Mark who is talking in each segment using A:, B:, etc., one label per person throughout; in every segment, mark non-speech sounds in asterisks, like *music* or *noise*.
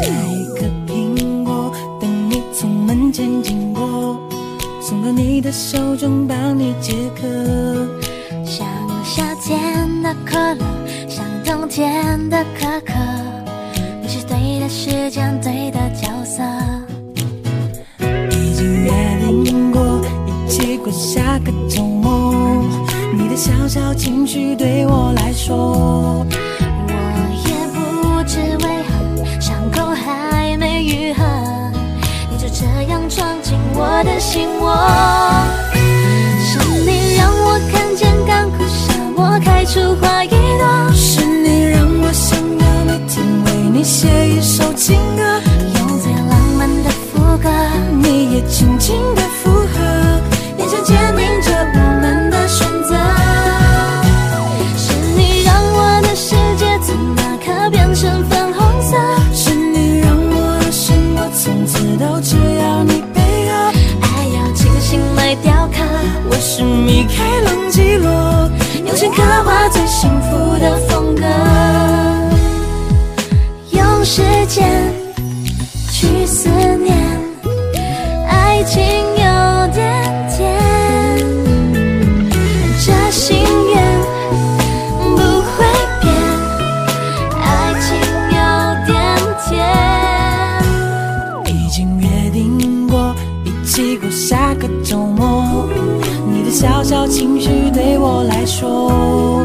A: 摘个苹果，等你从门前经过，送到你的手中，帮你解渴。
B: 像夏天的可乐，像冬天的可可，你是对的时间，对的角色。
A: 已经约定过，一起过下个周末。你的小小情绪对我来说，
B: 我也不知为何，伤口还没愈合，你就这样闯进我的心窝。是你让我看见干枯沙漠开出花一朵。
A: 是你让我想要每天为你写一首情歌，
B: 用最浪漫的副歌，
A: 你也轻轻的附和，
B: 眼神坚定着我们的选择。是你让我的世界从那刻变成粉红色，
A: 是你让我的生活从此都只要你配合。
B: 爱要清醒来雕刻，
A: 我是米开朗基罗，
B: 用心刻画最幸福的风格，用时间去思念，爱情有点甜。这心愿不会变，爱情有点甜。
A: 已经约定过一起过下个周末。你的小小情绪对我来说，
B: 我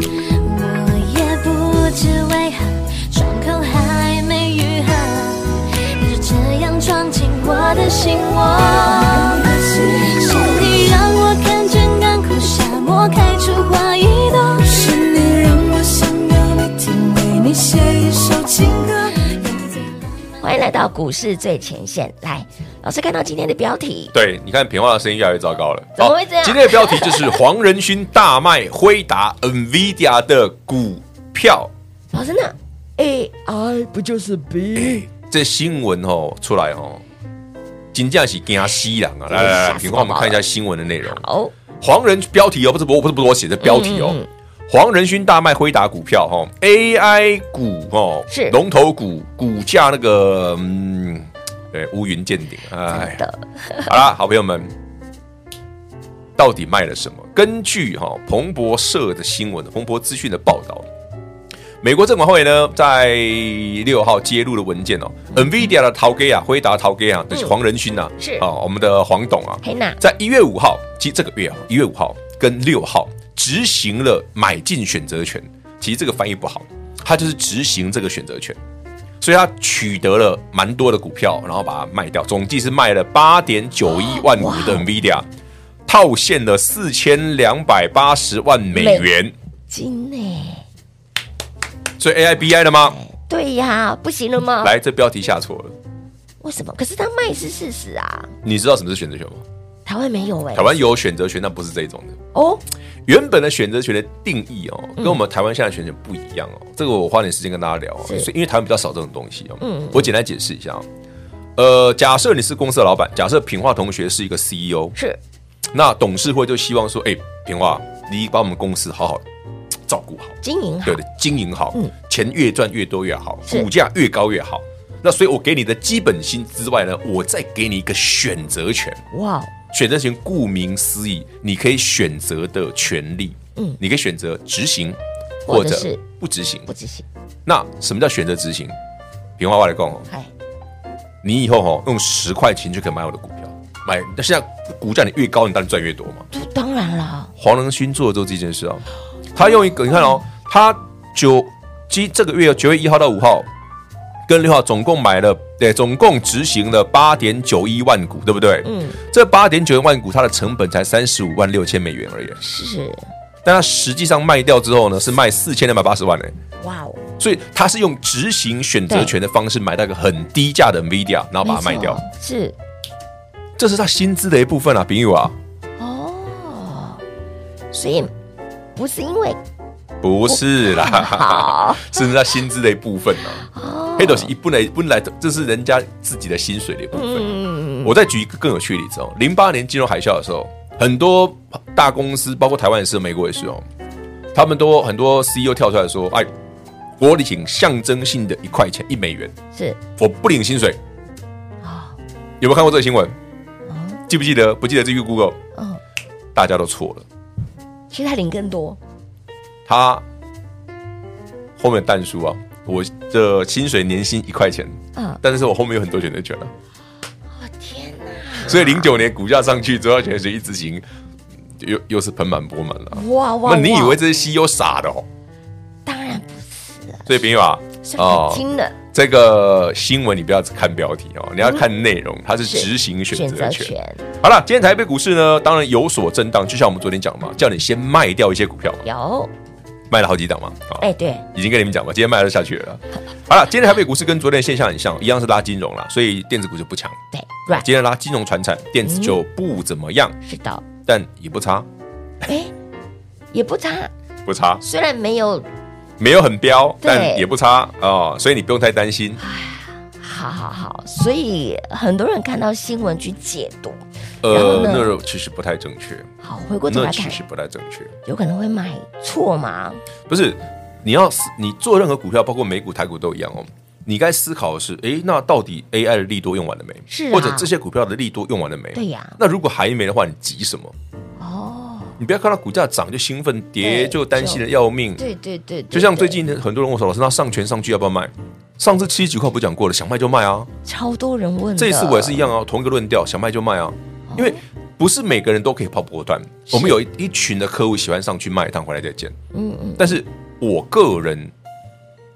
B: 也不知为何，伤口还没愈合，你就这样闯进我的心窝。是你让我看见干枯沙漠开出花一朵，
A: 是你让我想要每天为你写一首情歌。
C: 欢迎来到股市最前线，来，老师看到今天的标题，
D: 对，你看平花的声音越来越糟糕了。
C: 怎么会这样
D: 好今天的标题就是黄仁勋大卖辉达 NVIDIA 的股票。
C: 老师呢？AI 不就是
D: 哎
C: B？
D: 这新闻哦出来哦，金价是惊死人啊！来来
C: 吓
D: 来，
C: 死
D: 平花，我们
C: 宝宝
D: 看一下新闻的内容。
C: 好，
D: 黄仁标题哦，不是我不是不是我写的标题哦。
C: 嗯嗯
D: 黄仁勋大卖辉达股票哦 a i 股哦
C: 是
D: 龙头股，股价那个嗯，对，乌云见顶，哎
C: 真，的，
D: 好啦，好朋友们，到底卖了什么？根据哈、彭博社的新闻、彭博资讯的报道，美国证管会呢在六号揭露的文件哦、n v i d i a 的陶给啊，辉达陶给啊，就是黄仁勋啊，
C: 是
D: 啊，我们的黄董啊，
C: 黑娜
D: 在一月五号，其实这个月啊，一月五号跟六号执行了买进选择权。其实这个翻译不好，它就是执行这个选择权，所以他取得了蛮多的股票，然后把它卖掉，总计是卖了八点九一万股的 NVIDIA，套现了四千两百八十万美元。
C: 金呢？
D: 所以 AIBI 了吗？
C: 对呀，不行了吗？
D: 来，这标题下错了。
C: 为什么？可是他卖是事实啊，
D: 你知道什么是选择权吗？
C: 台湾没有哎、
D: 台湾有选择权，但不是这种的。
C: 哦，
D: 原本的选择权的定义哦，
C: 嗯
D: 跟我们台湾现在的选择权不一样哦。这个我花点时间跟大家聊、哦，
C: 是嗯
D: 所以因为台湾比较少这种东西哦。我简单解释一下哦。呃，假设你是公司的老板，假设品化同学是一个 CEO，
C: 是
D: 那董事会就希望说，哎、平化，你把我们公司好好照顾好，
C: 经营好
D: 对，的，经营好
C: 嗯，
D: 钱越赚越多越好，
C: 是
D: 股价越高越好。那所以，我给你的基本薪之外呢，我再给你一个选择权。
C: 哇，
D: 选择权顾名思义，你可以选择的权利，
C: 嗯
D: 你可以选择执行
C: 或
D: 或
C: 者
D: 者
C: 是
D: 不执行
C: 不。执行，
D: 那什么叫选择执行？平花花来讲哦，
C: 哎，
D: 你以后哦用十块钱就可以买我的股票，买。那现在股价你越高，你当然赚越多嘛。
C: 这当然了，
D: 黄仁勋做的都是这件事啊，他用一个你看哦，他九今这个月九月一号到五号跟六号总共买了，对，总共执行了八点九一万股，对不对？
C: 嗯，
D: 这八点九万股它的成本才三十五万六千美元而已。
C: 是
D: 但它实际上卖掉之后呢，是卖四千两百八十万呢、
C: 哇哦，
D: 所以它是用执行选择权的方式买到一个很低价的 NVIDIA，然后把它卖掉
C: 没，错是
D: 这是它薪资的一部分啊，丙宇啊，
C: 哦，所以不是因为
D: 不是啦
C: 哦好，
D: *laughs* 是它薪资的一部分啊。
C: 哦，
D: 黑斗是一本来本来这是人家自己的薪水的一部分。
C: 嗯，
D: 我再举一个更有趣的例子哦，零八年金融海啸的时候，很多大公司，包括台湾也是，美国也是哦，他们都很多 CEO 跳出来说：“哎，我领象征性的一块钱一美元，
C: 是
D: 我不领薪水。”
C: 啊
D: 有没有看过这个新闻？记不记得？不记得这个 Google，
C: 嗯，
D: 大家都错了。
C: 其实他领更多，
D: 他后面的蛋叔啊，我的薪水年薪一块钱，
C: 嗯，
D: 但是我后面有很多选择权了、啊
C: 我天哪，
D: 所以零九年股价上去之后，全是一直行，又又是盆满钵满了。啊
C: 哇哇，
D: 那你以
C: 哇
D: 为这是 CEO 傻的哦？
C: 当然不是啊，
D: 所以朋友啊，
C: 是很精的
D: 这个新闻你不要只看标题哦，你要看内容，它是执行选
C: 选
D: 择
C: 择
D: 权。
C: 权，
D: 好了，今天台北股市呢，当然有所震荡，就像我们昨天讲嘛，叫你先卖掉一些股票嘛，
C: 有，
D: 卖了好几档嘛，啊、
C: 哎，对，
D: 已经跟你们讲过，今天卖了下去了。好了，今天台北股市跟昨天的现象很像，一样是拉金融啦，所以电子股就不强。
C: 对，软
D: 今天拉金融、船产，电子就不怎么样，
C: 是的，
D: 但也不差，
C: 哎，也不差，
D: 不差，
C: 虽然没有，
D: 没有很飙，
C: 对
D: 但也不差啊、哦所以你不用太担心。
C: 好好好，所以很多人看到新闻去解读，然后
D: 呃，
C: 呢
D: 那其实不太正确，
C: 好，回过头
D: 那
C: 来
D: 其
C: 看，
D: 实不太正确。
C: 有可能会买错嘛，
D: 不是，你要思你做任何股票，包括美股、台股都一样哦。你该思考的是，诶，那到底 AI 的利多用完了没？
C: 是啊
D: 或者这些股票的利多用完了没？
C: 对呀
D: 那如果还没的话，你急什么？
C: 哦，
D: 你不要看到股价涨就兴奋，跌
C: 对
D: 就担心的要命。
C: 对对对，对
D: 就像
C: 对
D: 最近很多人问我说：“老师，那上权上去要不要卖？”上次七十几块不讲过了，想卖就卖啊。
C: 超多人问的，
D: 这一次我也是一样啊，同一个论调，想卖就卖啊。
C: 哦
D: 因为不是每个人都可以跑波段，我们有一一群的客户喜欢上去卖一趟回来再见。
C: 嗯嗯，
D: 但是我个人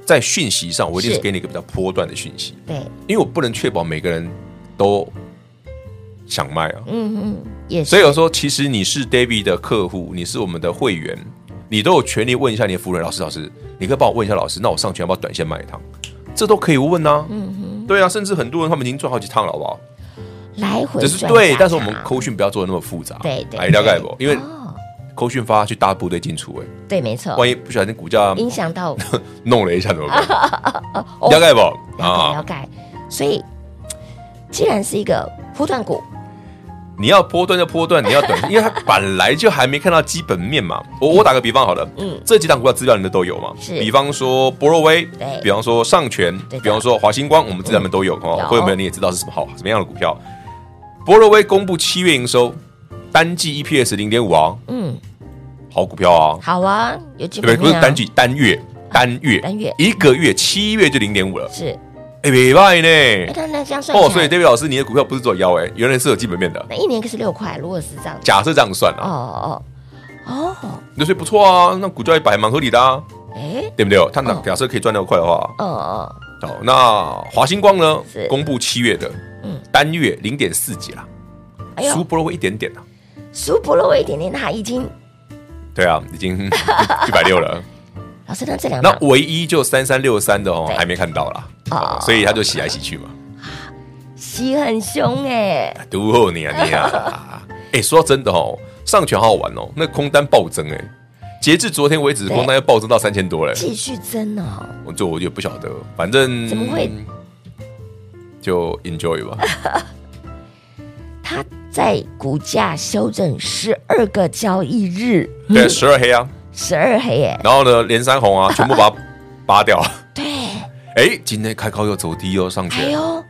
D: 在讯息上，我一定是
C: 是
D: 给你一个比较波段的讯息，
C: 对，
D: 因为我不能确保每个人都想卖啊。
C: 嗯嗯，也
D: 所
C: 是
D: 以我说，其实你是 David 的客户，你是我们的会员，你都有权利问一下你的服务员老师，老师，你可以帮我问一下老师，那我上去要不要短线卖一趟？这都可以问啊。
C: 嗯
D: 对啊，甚至很多人他们已经赚好几趟了，好不好？
C: 来回
D: 只是
C: 转
D: 对，
C: 达
D: 但是我们
C: 它
D: 扣讯不要做的那么复杂，
C: 啊对对
D: 哎，了解不？
C: 对
D: 因为
C: 哦
D: 扣讯发去大部队进出，哎，
C: 对，没错，
D: 万一不小心股价
C: 影响到
D: 弄了一下怎么办？
C: *laughs* 哦
D: 了解不？
C: 了
D: *laughs* 啊，
C: 解了解，所以既然是一个波段股，
D: 你要波段就波段，你要短，因为它本来就还没看到基本面嘛。我我打个比方好了，
C: 嗯
D: 这几档股票资料你们都有嘛？
C: 是
D: 比方说博若威
C: 对，
D: 比方说上权
C: 对，的嗯
D: 比方说华星光，我们资料你们都有哦
C: 有。
D: 会有没有你也知道是什么好什么样的股票？博若威公布七月营收，单季 EPS 零点五啊，
C: 嗯，
D: 好股票啊，
C: 好啊，有基
D: 对
C: 本
D: 不
C: 面
D: 对？不是
C: 啊
D: 单季，单月，单月，
C: 单月
D: 一个月，七月就零点五了，
C: 是，
D: 哎，没卖
C: 哎，
D: 呢。
C: 那那这样算啊
D: 哦，
C: 起
D: 所
C: 来
D: 以 David 老师，你的股票不是做腰哎，原来是有基本面的。
C: 那一年可是六块，如果是这样，
D: 假设这样算
C: 哦
D: 啊，
C: 哦哦，
D: 那所以不错啊，那股价一百蛮合理的啊，
C: 哎，
D: 对不对？他那
C: 哦
D: 假设可以赚六块的话，
C: 哦哦，
D: 哦，那华星光呢
C: 是，
D: 公布七月的
C: 嗯
D: 单月零点四几啦，
C: 哎
D: 输
C: 呦，
D: 波了一点点啊，
C: 苏博了我一点点，它已经
D: 对啊，已经 *laughs* 一百
C: *laughs*
D: 六了。
C: 老师，那这两
D: 那
C: 档
D: 唯一就三三六三的哦
C: 对，
D: 还没看到啦，
C: 哦
D: 哦所以他就洗来洗去嘛。
C: 吸很凶哎，
D: 独后你啊你啊！哎、说到真的哦，上权好好玩哦，那空单暴增哎、截至昨天为止，
C: 对
D: 空单又暴增到三千多嘞、
C: 继续增哦，
D: 我这我也不晓得，反正
C: 怎么会
D: 就 enjoy 吧。
C: 它在股价修正十二个交易日，嗯
D: 对，十二黑啊，
C: 十二黑哎，
D: 然后呢，连三红啊，全部把它拔
C: *laughs*
D: 掉。
C: 对，
D: 哎、今天开高又走低又哦上去
C: 哎
D: 了。
C: 呦，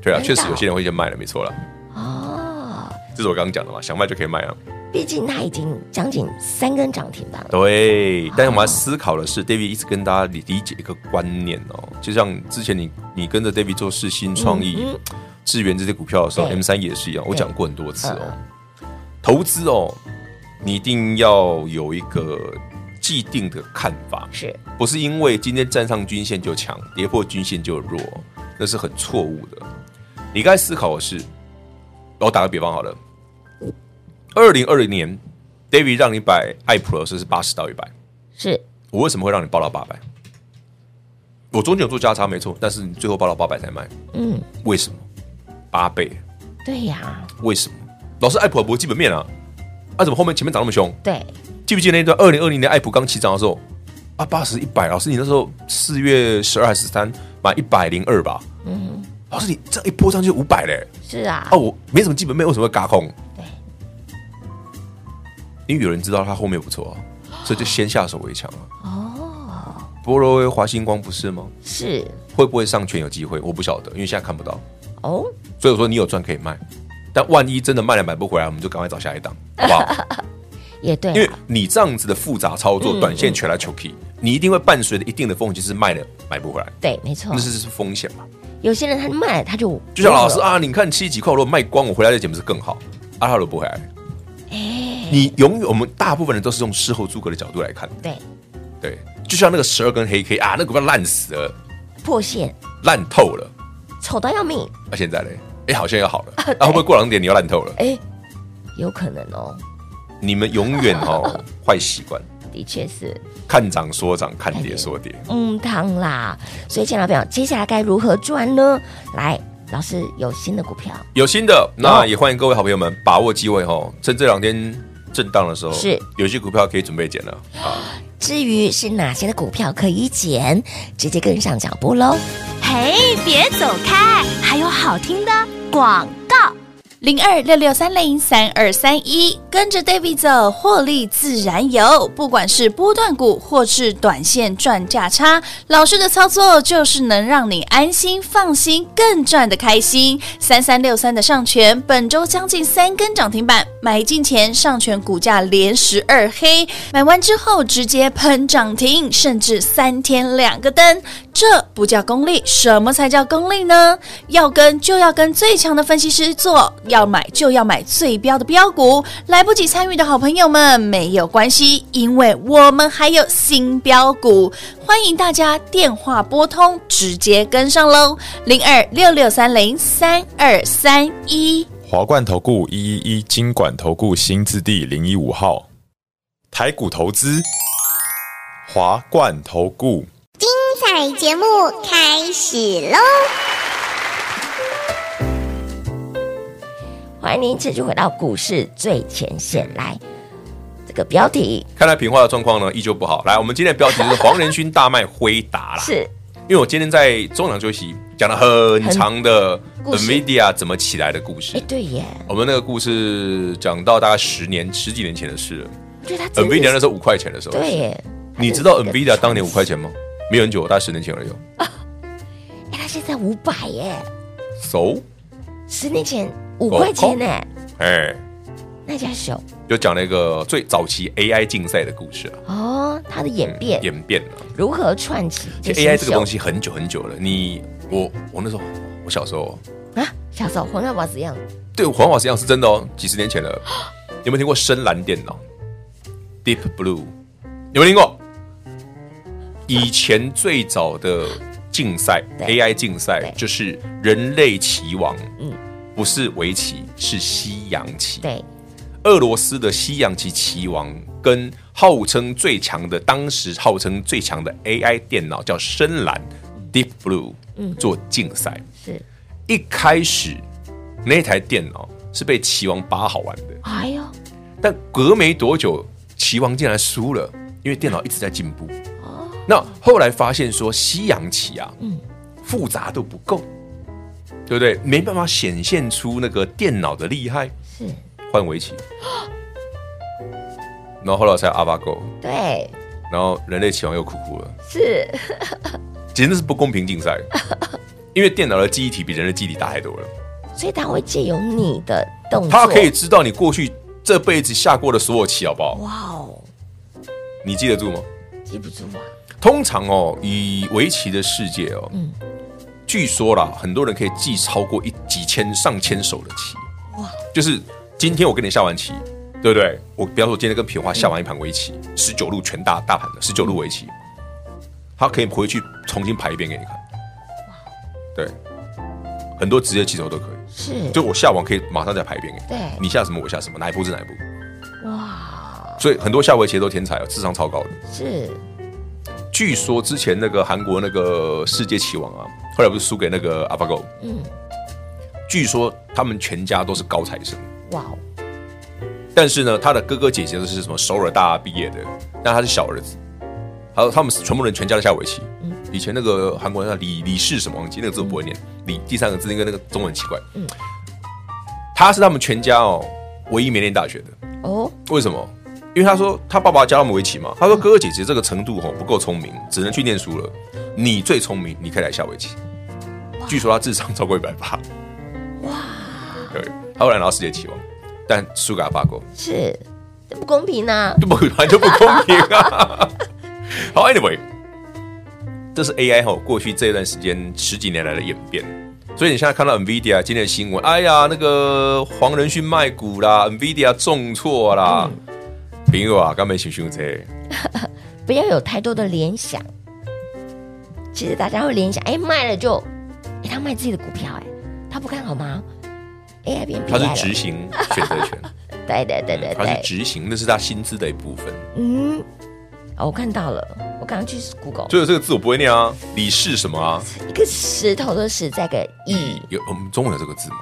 D: 对啊，
C: 真的
D: 确实有些人会先卖了，没错了。
C: 哦。
D: 这是我刚刚讲的嘛，想卖就可以卖啊。
C: 毕竟它已经将近三根涨停板了。
D: 对，但是我们要思考的是，David 一直跟大家理理解一个观念哦，就像之前你你跟着 David 做世新创意、智源这些股票的时候
C: 嗯对
D: ，M 三也是一样，我
C: 对嗯
D: 讲过很多次哦，投资哦，你一定要有一个既定的看法，
C: 是
D: 不是因为今天站上均线就强，跌破均线就弱，那是很错误的。你该思考的是，我打个比方好了，二零二零年 David 让你摆爱普的时候是八十到一百，
C: 是
D: 我为什么会让你报到八百？我中间有做价差没错，但是你最后报到八百才卖，
C: 嗯，
D: 为什么？八倍，
C: 对呀、
D: 为什么？老师，爱普不基本面啊，啊，怎么后面前面涨那么凶？
C: 对，
D: 记不记得那一段二零二零年爱普刚起涨的时候啊，八十一百，老师你那时候四月十二还是三买一百零二吧？嗯，老师你这一波上去五百嘞，
C: 是啊，
D: 啊，我没什么基本面，为什么会嘎空？
C: 对，
D: 因为有人知道它后面不错、啊，所以就先下手为强啊。哦，波罗威华星光不是吗？
C: 是
D: 会不会上权有机会？我不晓得，因为现在看不到。
C: 哦，
D: 所以我说你有赚可以卖，但万一真的卖了买不回来，我们就赶快找下一档，好
C: *laughs*
D: 不好？
C: 也对啊
D: 因为
C: 啦，
D: 你这样子的复杂操作，
C: 嗯
D: 短线全来求 key，你一定会伴随着一定的风险，就是卖了买不回来，
C: 对，没错
D: 那，是是风险嘛。
C: 有些人他卖了他就
D: 就像老师
C: 没有了，
D: 啊，你看七十几块，如果卖光，我回来的简直是更好，阿拉都不回来。
C: 哎，
D: 你永远，我们大部分人都是用事后诸葛的角度来看，
C: 对，
D: 对，就像那个十二根黑 K 啊，那股票烂死了，
C: 破线
D: 烂透了，
C: 丑到要命，
D: 那、现在嘞，哎，好像
C: *laughs*
D: 又好了，啊，会不会过两点你要烂透了？
C: 哎，有可能哦，
D: 你们永远哦，坏习
C: *laughs*
D: 惯，
C: 的确是，
D: 看涨说涨，看跌说跌，
C: 嗯，当啦，所以，亲爱的朋友，接下来该如何赚呢？来，老师有新的股票
D: 有新的，那
C: 有
D: 也欢迎各位好朋友们把握机会哦，趁这两天震荡的时候，
C: 是
D: 有些股票可以准备减了啊。
C: 至于是哪些的股票可以减，直接跟上脚步喽。
B: 嘿，别走开，还有好听的广告。
E: 零二六六三零三二三一，跟着 David 走，获利自然有。不管是波段股或是短线赚价差，老师的操作就是能让你安心放心，更赚得开心。三三六三的上权本周将近三根涨停板，买进前上权股价连十二黑，买完之后直接喷涨停，甚至三天两个灯，这不叫功利，什么才叫功利呢？要跟就要跟最强的分析师做，要买就要买最标的标股。来不及参与的好朋友们没有关系，因为我们还有新标股，欢迎大家电话拨通，直接跟上喽，零二六六三零三二三一。
F: 华冠投顾一一一金管投顾新字第零一五号，台股投资，华冠投顾。
G: 彩节目开始喽！
C: 欢迎您持续回到股市最前线来。这个标题
D: 看来平化的状况呢依旧不好。来，我们今天的标题是黄仁勋大卖辉达啦，
C: 是
D: 因为我今天在中场休息讲了很长的
C: 故事
D: NVIDIA 怎么起来的故
C: 哎，
D: 事。
C: 对耶，
D: 我们那个故事讲到大概十年、十几年前的事了。
C: 我觉得他真的
D: NVIDIA 那
C: 是
D: 时候五块钱的时候，
C: 对耶，
D: 你知道
C: 它真的是一个
D: NVIDIA 当年五块钱吗？没有很久，大概十年前而已哦。
C: 哎，他现在五百耶，
D: So，
C: 十年前五
D: 哦
C: 块钱呢，
D: 哎，
C: 那家手
D: 就讲了一个最早期 AI 竞赛的故事啊，
C: 哦，它的演变
D: 演变啊。
C: 如何串起
D: 其实 AI 这个东
C: 西
D: 西很久很久了，你我我那时候我小时候，
C: 啊？小时候黄大宝怎样？
D: 对黄老师一样是真的哦，几十年
C: *gasps*
D: 前了。有没有听过深蓝电脑 （Deep Blue）？有没有听过？以前最早的竞赛
C: 对
D: AI 竞赛
C: 对
D: 就是人类棋王，
C: 嗯
D: 不是围棋，是西洋棋。
C: 对，
D: 俄罗斯的西洋棋棋王跟号称最强的，当时号称最强的 AI 电脑叫深蓝 （Deep Blue） 做竞赛。
C: 是，
D: 一开始那台电脑是被棋王八好玩的，
C: 哎呦，
D: 但隔没多久，棋王竟然输了，因为电脑一直在进步。那后来发现说，西洋棋啊，复杂度不够，对不对？没办法显现出那个电脑的厉害，
C: 是
D: 换围棋。然后后来才有阿巴狗，
C: 对，
D: 然后人类棋王又哭哭了，
C: 是
D: 简直是不公平竞赛，因为电脑的记忆体比人的记忆体大太多了。
C: 所以他会借由你的动作，
D: 他可以知道你过去这辈子下过的所有棋，好不好？
C: 哇哦，
D: 你记得住吗？
C: 记不住啊，
D: 通常哦，以围棋的世界哦，
C: 嗯
D: 据说啦，很多人可以记超过一几千、上千手的棋。就是今天我跟你下完棋，对不对？我比方说，我今天跟平花下完一盘围棋，十九路全大大盘的十九路围棋，
C: 嗯
D: 他可以回去重新排一遍给你看。对，很多职业棋手都可以。
C: 是
D: 就我下完可以马上再排一遍给你。
C: 对
D: 你下什么我下什么，哪一步是哪一步。
C: 哇，
D: 所以很多下围棋都天才哦，智商超高的。
C: 是
D: 据说之前那个韩国那个世界棋王啊，后来不是输给那个 AlphaGo？嗯，据说他们全家都是高材生，
C: 哇哦，
D: 但是呢，他的哥哥姐姐都是什么首尔大毕业的，但他是小儿子。还有他们全部人全家都下围棋。以前那个韩国人叫李李氏什么忘记那个字我不会念，李第三个字应该那个中文很奇怪。他是他们全家哦唯一没念大学的。
C: 哦，
D: 为什么？因为他说他爸爸教他们围棋嘛，他说哥哥姐姐这个程度吼不够聪明，只能去念书了。你最聪明，你可以来下围棋。据说他智商超过一百八。哇！对，他后来拿到世界棋王，但输给阿巴狗，
C: 是这不公平啊呐、
D: 这不本来就不公平啊。 *laughs* 好，anyway，这是 AI 吼过去这段时间十几年来的演变。所以你现在看到 NVIDIA 今天的新闻，哎呀，那个黄仁勋卖股啦，NVIDIA 重挫啦，朋友啊，刚没想想这个。
C: 不要有太多的联想。其实大家会联想，哎，卖了就，哎，他卖自己的股票，哎，他不看好吗？AI 变 p
D: 它
C: i
D: 是
C: 了，
D: 执行选择 *laughs* 权，
C: 对对对对
D: 它是
C: 对，
D: 执行，那是他薪资的一部分。
C: 嗯，哦，我看到了，我刚刚去 Google，
D: 所以这个字我不会念啊，李是什么啊？
C: 一个石头的石，再一个乙，
D: 有我们中文有这个字吗？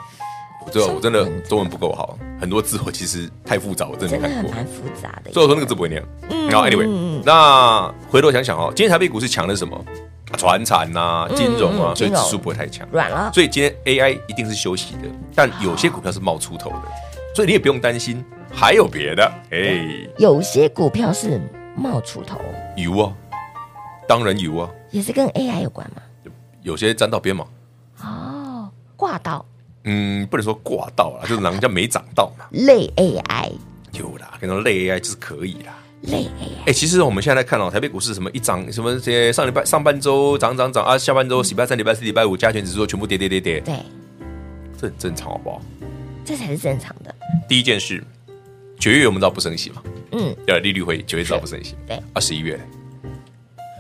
D: 我知道我真的中文不够好，很多字我其实太复杂，我真的
C: 真
D: 没
C: 的
D: 看
C: 很
D: 过。
C: 蛮复杂的。
D: 所以我说那个字不会念。
C: 嗯
D: 然后 anyway，那回头想想哦，今天台北股市强的是什么？啊船产呐、金融
C: 嗯
D: 啊，
C: 嗯
D: 所
C: 金
D: 以指
C: 融
D: 数不会太强。
C: 软了，
D: 所以今天 AI 一定是休息的，但有些股票是冒出头的，所以你也不用担心。还有别的，哎，
C: 有些股票是冒出头，
D: 油啊，当然油啊，
C: 也是跟 AI 有关嘛。
D: 有些沾到边嘛。
C: 哦，挂到
D: 嗯，不能说挂到啦，就是人家没涨到嘛。
C: 类 AI，有
D: 有啦，跟你说类 AI 就是可以啦。
C: 类 AI，
D: 哎、其实我们现在来看哦，台北股市什么一涨，什么这些上礼拜上半周涨涨涨啊，下半周礼拜三、礼拜四、礼拜五加权指数全部跌跌跌跌，
C: 嗯对，
D: 这很正常好不好？
C: 这才是正常的。
D: 第一件事，九月我们知道不升息嘛，
C: 嗯，
D: 呃，利率会九月知道不升息，
C: 对，
D: 二十一月嘞，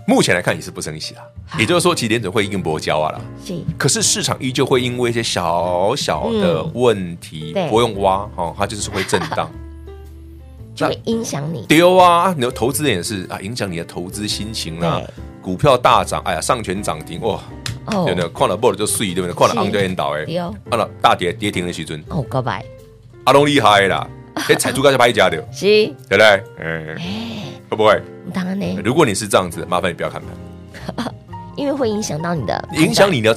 D: 目前来看也是不升息啦，也就是说，其实联准会硬波交啊啦，
C: 是
D: 可是市场依旧会因为一些小小的问题，
C: 嗯对
D: 不用挖哦，它就是会震荡。
C: 就会影响你。
D: 丢啊，你的投资人也是啊，影响你的投资心情啦、
C: 对
D: 股票大涨，哎呀，上权涨停哇，
C: 哦
D: 对不对？看了 b o 就碎，对不对？看了 on 就 end 倒哎，
C: 对哦
D: 看了大跌跌停的时阵，
C: 哦，告白
D: 阿龙厉害
C: *laughs*
D: 啦，哎，踩住高就拍一家的，
C: 是，
D: 对不对？哎，会不会？
C: 当然呢，
D: 如果你是这样子，麻烦你不要看盘，
C: 因为会影响到你的判断
D: 影响你的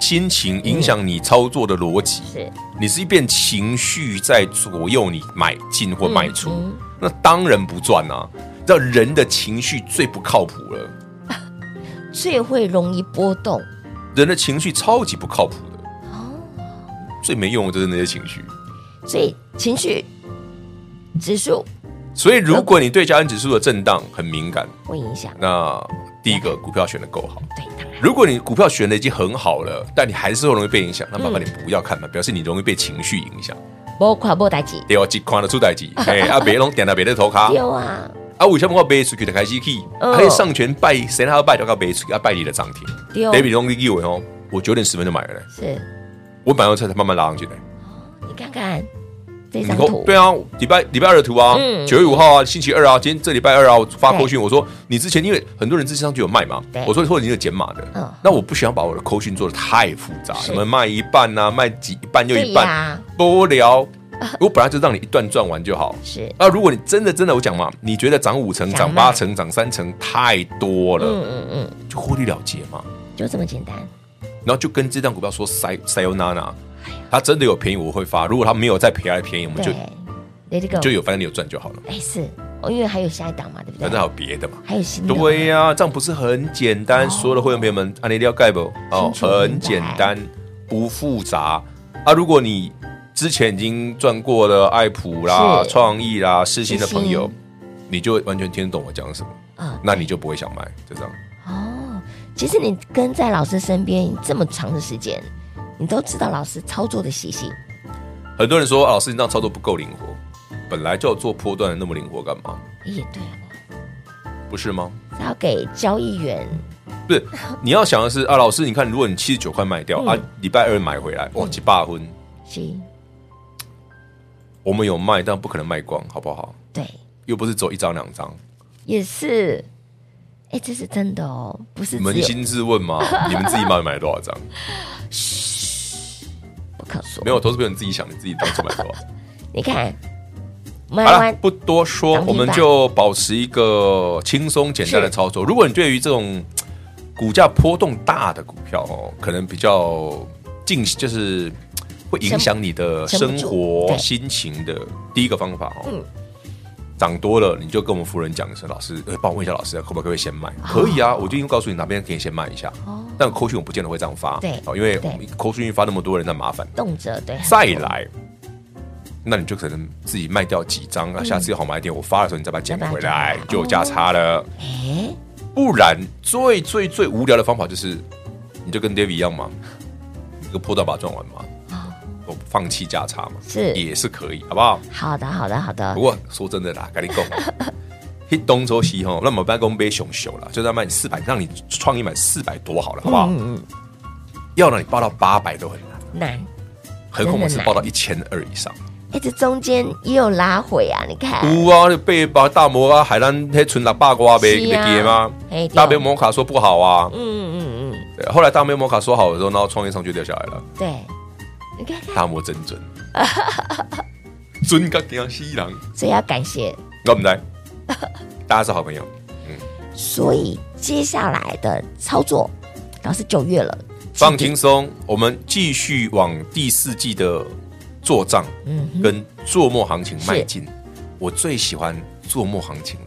D: 心情，
C: 嗯
D: 影响你操作的逻辑。
C: 是
D: 你是一变情绪在左右你买进或卖出，
C: 嗯
D: 那当然不赚啊。让人的情绪最不靠谱了，
C: 最会容易波动。
D: 人的情绪超级不靠谱的。
C: 哦
D: 最没用的就是那些情绪。
C: 所以情绪指数
D: 所以，如果你对加权指数的震荡很敏感，
C: 会影响。
D: 那第一个股票选的够好。
C: 对，当然
D: 如果你股票选的已经很好了，但你还是会容易被影响，
C: 嗯
D: 那麻烦你不要看嘛，表示你容易被情绪影响。
C: 波垮波代几
D: 对哦，只看得出
C: *laughs*
D: 代志，哎，啊，别拢点到别的头卡。
C: 丢啊，
D: 啊，为什么我卖出去就开始去？
C: 嗯
D: 还有上权拜谁他要拜就要卖出去，啊，拜你的涨停。
C: 对哦
D: David 用你以为哦，我九点十分就买了嘞，
C: 是
D: 我买完之后才慢慢拉上去的。
C: 你看看这
D: 你
C: 张
D: 看
C: 图，
D: 对啊，礼拜礼拜二的图啊
C: 嗯，
D: 九、月五号啊，星期二啊，今天这礼拜二啊，我发扣讯，我说你之前因为很多人之前上就有卖嘛
C: 对，
D: 我说或者你有减码的，
C: 嗯
D: 那我不想把我的扣讯做的太复杂，
C: 是
D: 什么卖一半啊，卖几一半又
C: 对
D: 一半，
C: 呀，
D: 无聊。我本来就让你一段赚完就好。
C: 是
D: 啊，如果你真的真的，我讲嘛，你觉得涨五成、
C: 想
D: 涨
C: 卖
D: 八成、涨三成太多了，
C: 嗯嗯嗯，
D: 就获利了结嘛。
C: 就这么简单。
D: 然后就跟这档股票说塞塞欧娜娜，它真的有便宜我会发，如果它没有再赔来便宜，我们就
C: 哎对，Let it go，
D: 就有，反正你有赚就好了，
C: 哎是，哦，因为还有下一档嘛，对不对
D: 反正？还有别的嘛。
C: 还有新的，
D: 对呀、这样不是很简单？所有的会员朋友们，啊，你一定要盖不？哦
C: 清，楚明白
D: 很简单，不复杂啊。如果你之前已经赚过了爱普啦、
C: 是
D: 创意啦、世新的朋友
C: 世，
D: 你就完全听得懂我讲什么，
C: 啊，
D: 那你就不会想买，就这样。
C: 哦，其实你跟在老师身边这么长的时间，你都知道老师操作的习性。
D: 很多人说、啊老师你这样操作不够灵活，本来就要做波段的那么灵活干嘛？
C: 也对啊，
D: 不是吗？
C: 是要给交易员
D: 不是，你要想的是啊，老师，你看，如果你七十九块卖
C: 嗯
D: 掉、啊，礼拜二买回来，哇，几把分，
C: 去
D: 我们有卖，但不可能卖光，好不好？
C: 对
D: 又不是走一张两张，
C: 也是，哎，这是真的哦，不是只
D: 扪
C: 有
D: 心自问嘛，你们自己到底买了多少张？
C: 不可说
D: 没。有，投资朋友你自己想，你自己当初买多少？
C: 你看，买
D: 好了
C: 完，
D: 不多说，
C: 涨停
D: 我们
C: 板
D: 就保持一个轻松简单的
C: 是
D: 操作。如果你对于这种嘖股价波动大的股票哦，可能比较进就是嘖会影响你的
C: 撑不
D: 生
C: 住
D: 活
C: 对
D: 心情的第一个方法哦。
C: 嗯
D: 涨多了，你就跟我们夫人讲一声，老师，呃，帮我问一下老师，可不可以先卖？可以啊，我就已经告诉你哪边可以先卖一下。
C: 哦
D: 但扣讯我不见得会这样发，
C: 对
D: 哦因为
C: 对
D: 扣讯发那么多人，那麻烦。
C: 动辄对，
D: 再来，那你就可能自己卖掉几张
C: 嗯
D: 啊，下次有好买点，我发的时候你再把它捡回来，就有价差了。
C: 哎，
D: 不然，最最最无聊的方法就是，你就跟 David 一样嘛，一个破蛋把它赚完嘛，我放弃价差嘛，
C: 哦是哦
D: 也是可以，好不好？
C: 好的，好的，好的
D: 不，过说真的啦，跟你讲，
C: *laughs*
D: 一东周西吼，那么办公杯熊熊啦，就在卖你四百，让你创意买四百多好了，好不好？
C: 嗯嗯，
D: 要让你报到八百都很难，
C: 难。
D: 何况我们是
C: 真的难
D: 报到一千二以上。
C: 哎，这中间也有拉回啊，你看，
D: 有啊，你背包大摩啊，海南黑存六百瓜呗，
C: 是啊
D: 你给吗
C: 嘿？对
D: 大杯摩卡说不好啊，
C: 嗯嗯嗯，
D: 对后来大杯摩卡说好的时候，然后创业上就掉下来了。
C: 对，你看看，
D: 大摩真
C: *laughs*
D: 准，准个顶西郎，
C: 所以要感谢。
D: 我们来，大家是好朋友，
C: 所以接下来的操作，老师九月了，
D: 放轻松，我们继续往第四季的做账
C: 嗯哼，
D: 跟做梦行情迈
C: 是
D: 进。我最喜欢做梦行情了，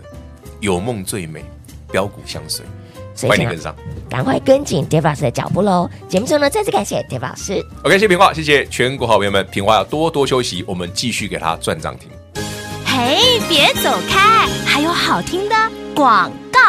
D: 有梦最美，标股相随，
C: 所
D: 欢
C: 以
D: 迎
C: 想
D: 你跟上。
C: 赶快跟紧 Dave 老师的脚步喽。节目中呢，再次感谢 Dave 老师。
D: OK，谢谢平花，谢谢全国好朋友们，平花要多多休息，我们继续给他赚涨停。
B: 嘿，别走开，还有好听的广告。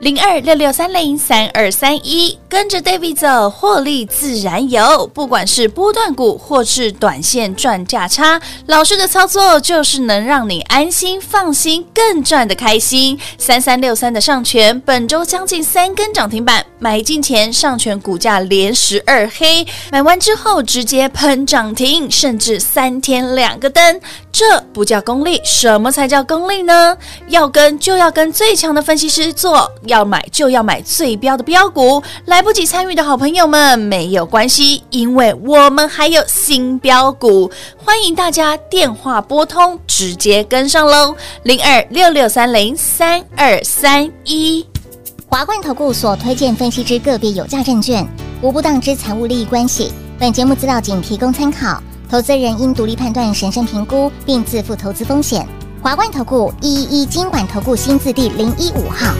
E: 零二六六三零三二三一，跟着 David 走，获利自然有。不管是波段股或是短线赚价差，老师的操作就是能让你安心放心，更赚得开心。三三六三的上权本周将近三根涨停板，买进前上权股价连十二黑，买完之后直接喷涨停，甚至三天两个灯，这不叫功力，什么才叫功力呢？要跟就要跟最强的分析师做，要买就要买最标的标股。来不及参与的好朋友们没有关系，因为我们还有新标股，欢迎大家电话拨通，直接跟上喽，零二六六三零三二三一。
G: 华冠投顾所推荐分析之个别有价证券，无不当之财务利益关系。本节目资料仅提供参考，投资人应独立判断、审慎评估，并自负投资风险。华冠投顾一一一金管投顾新字第零一五号。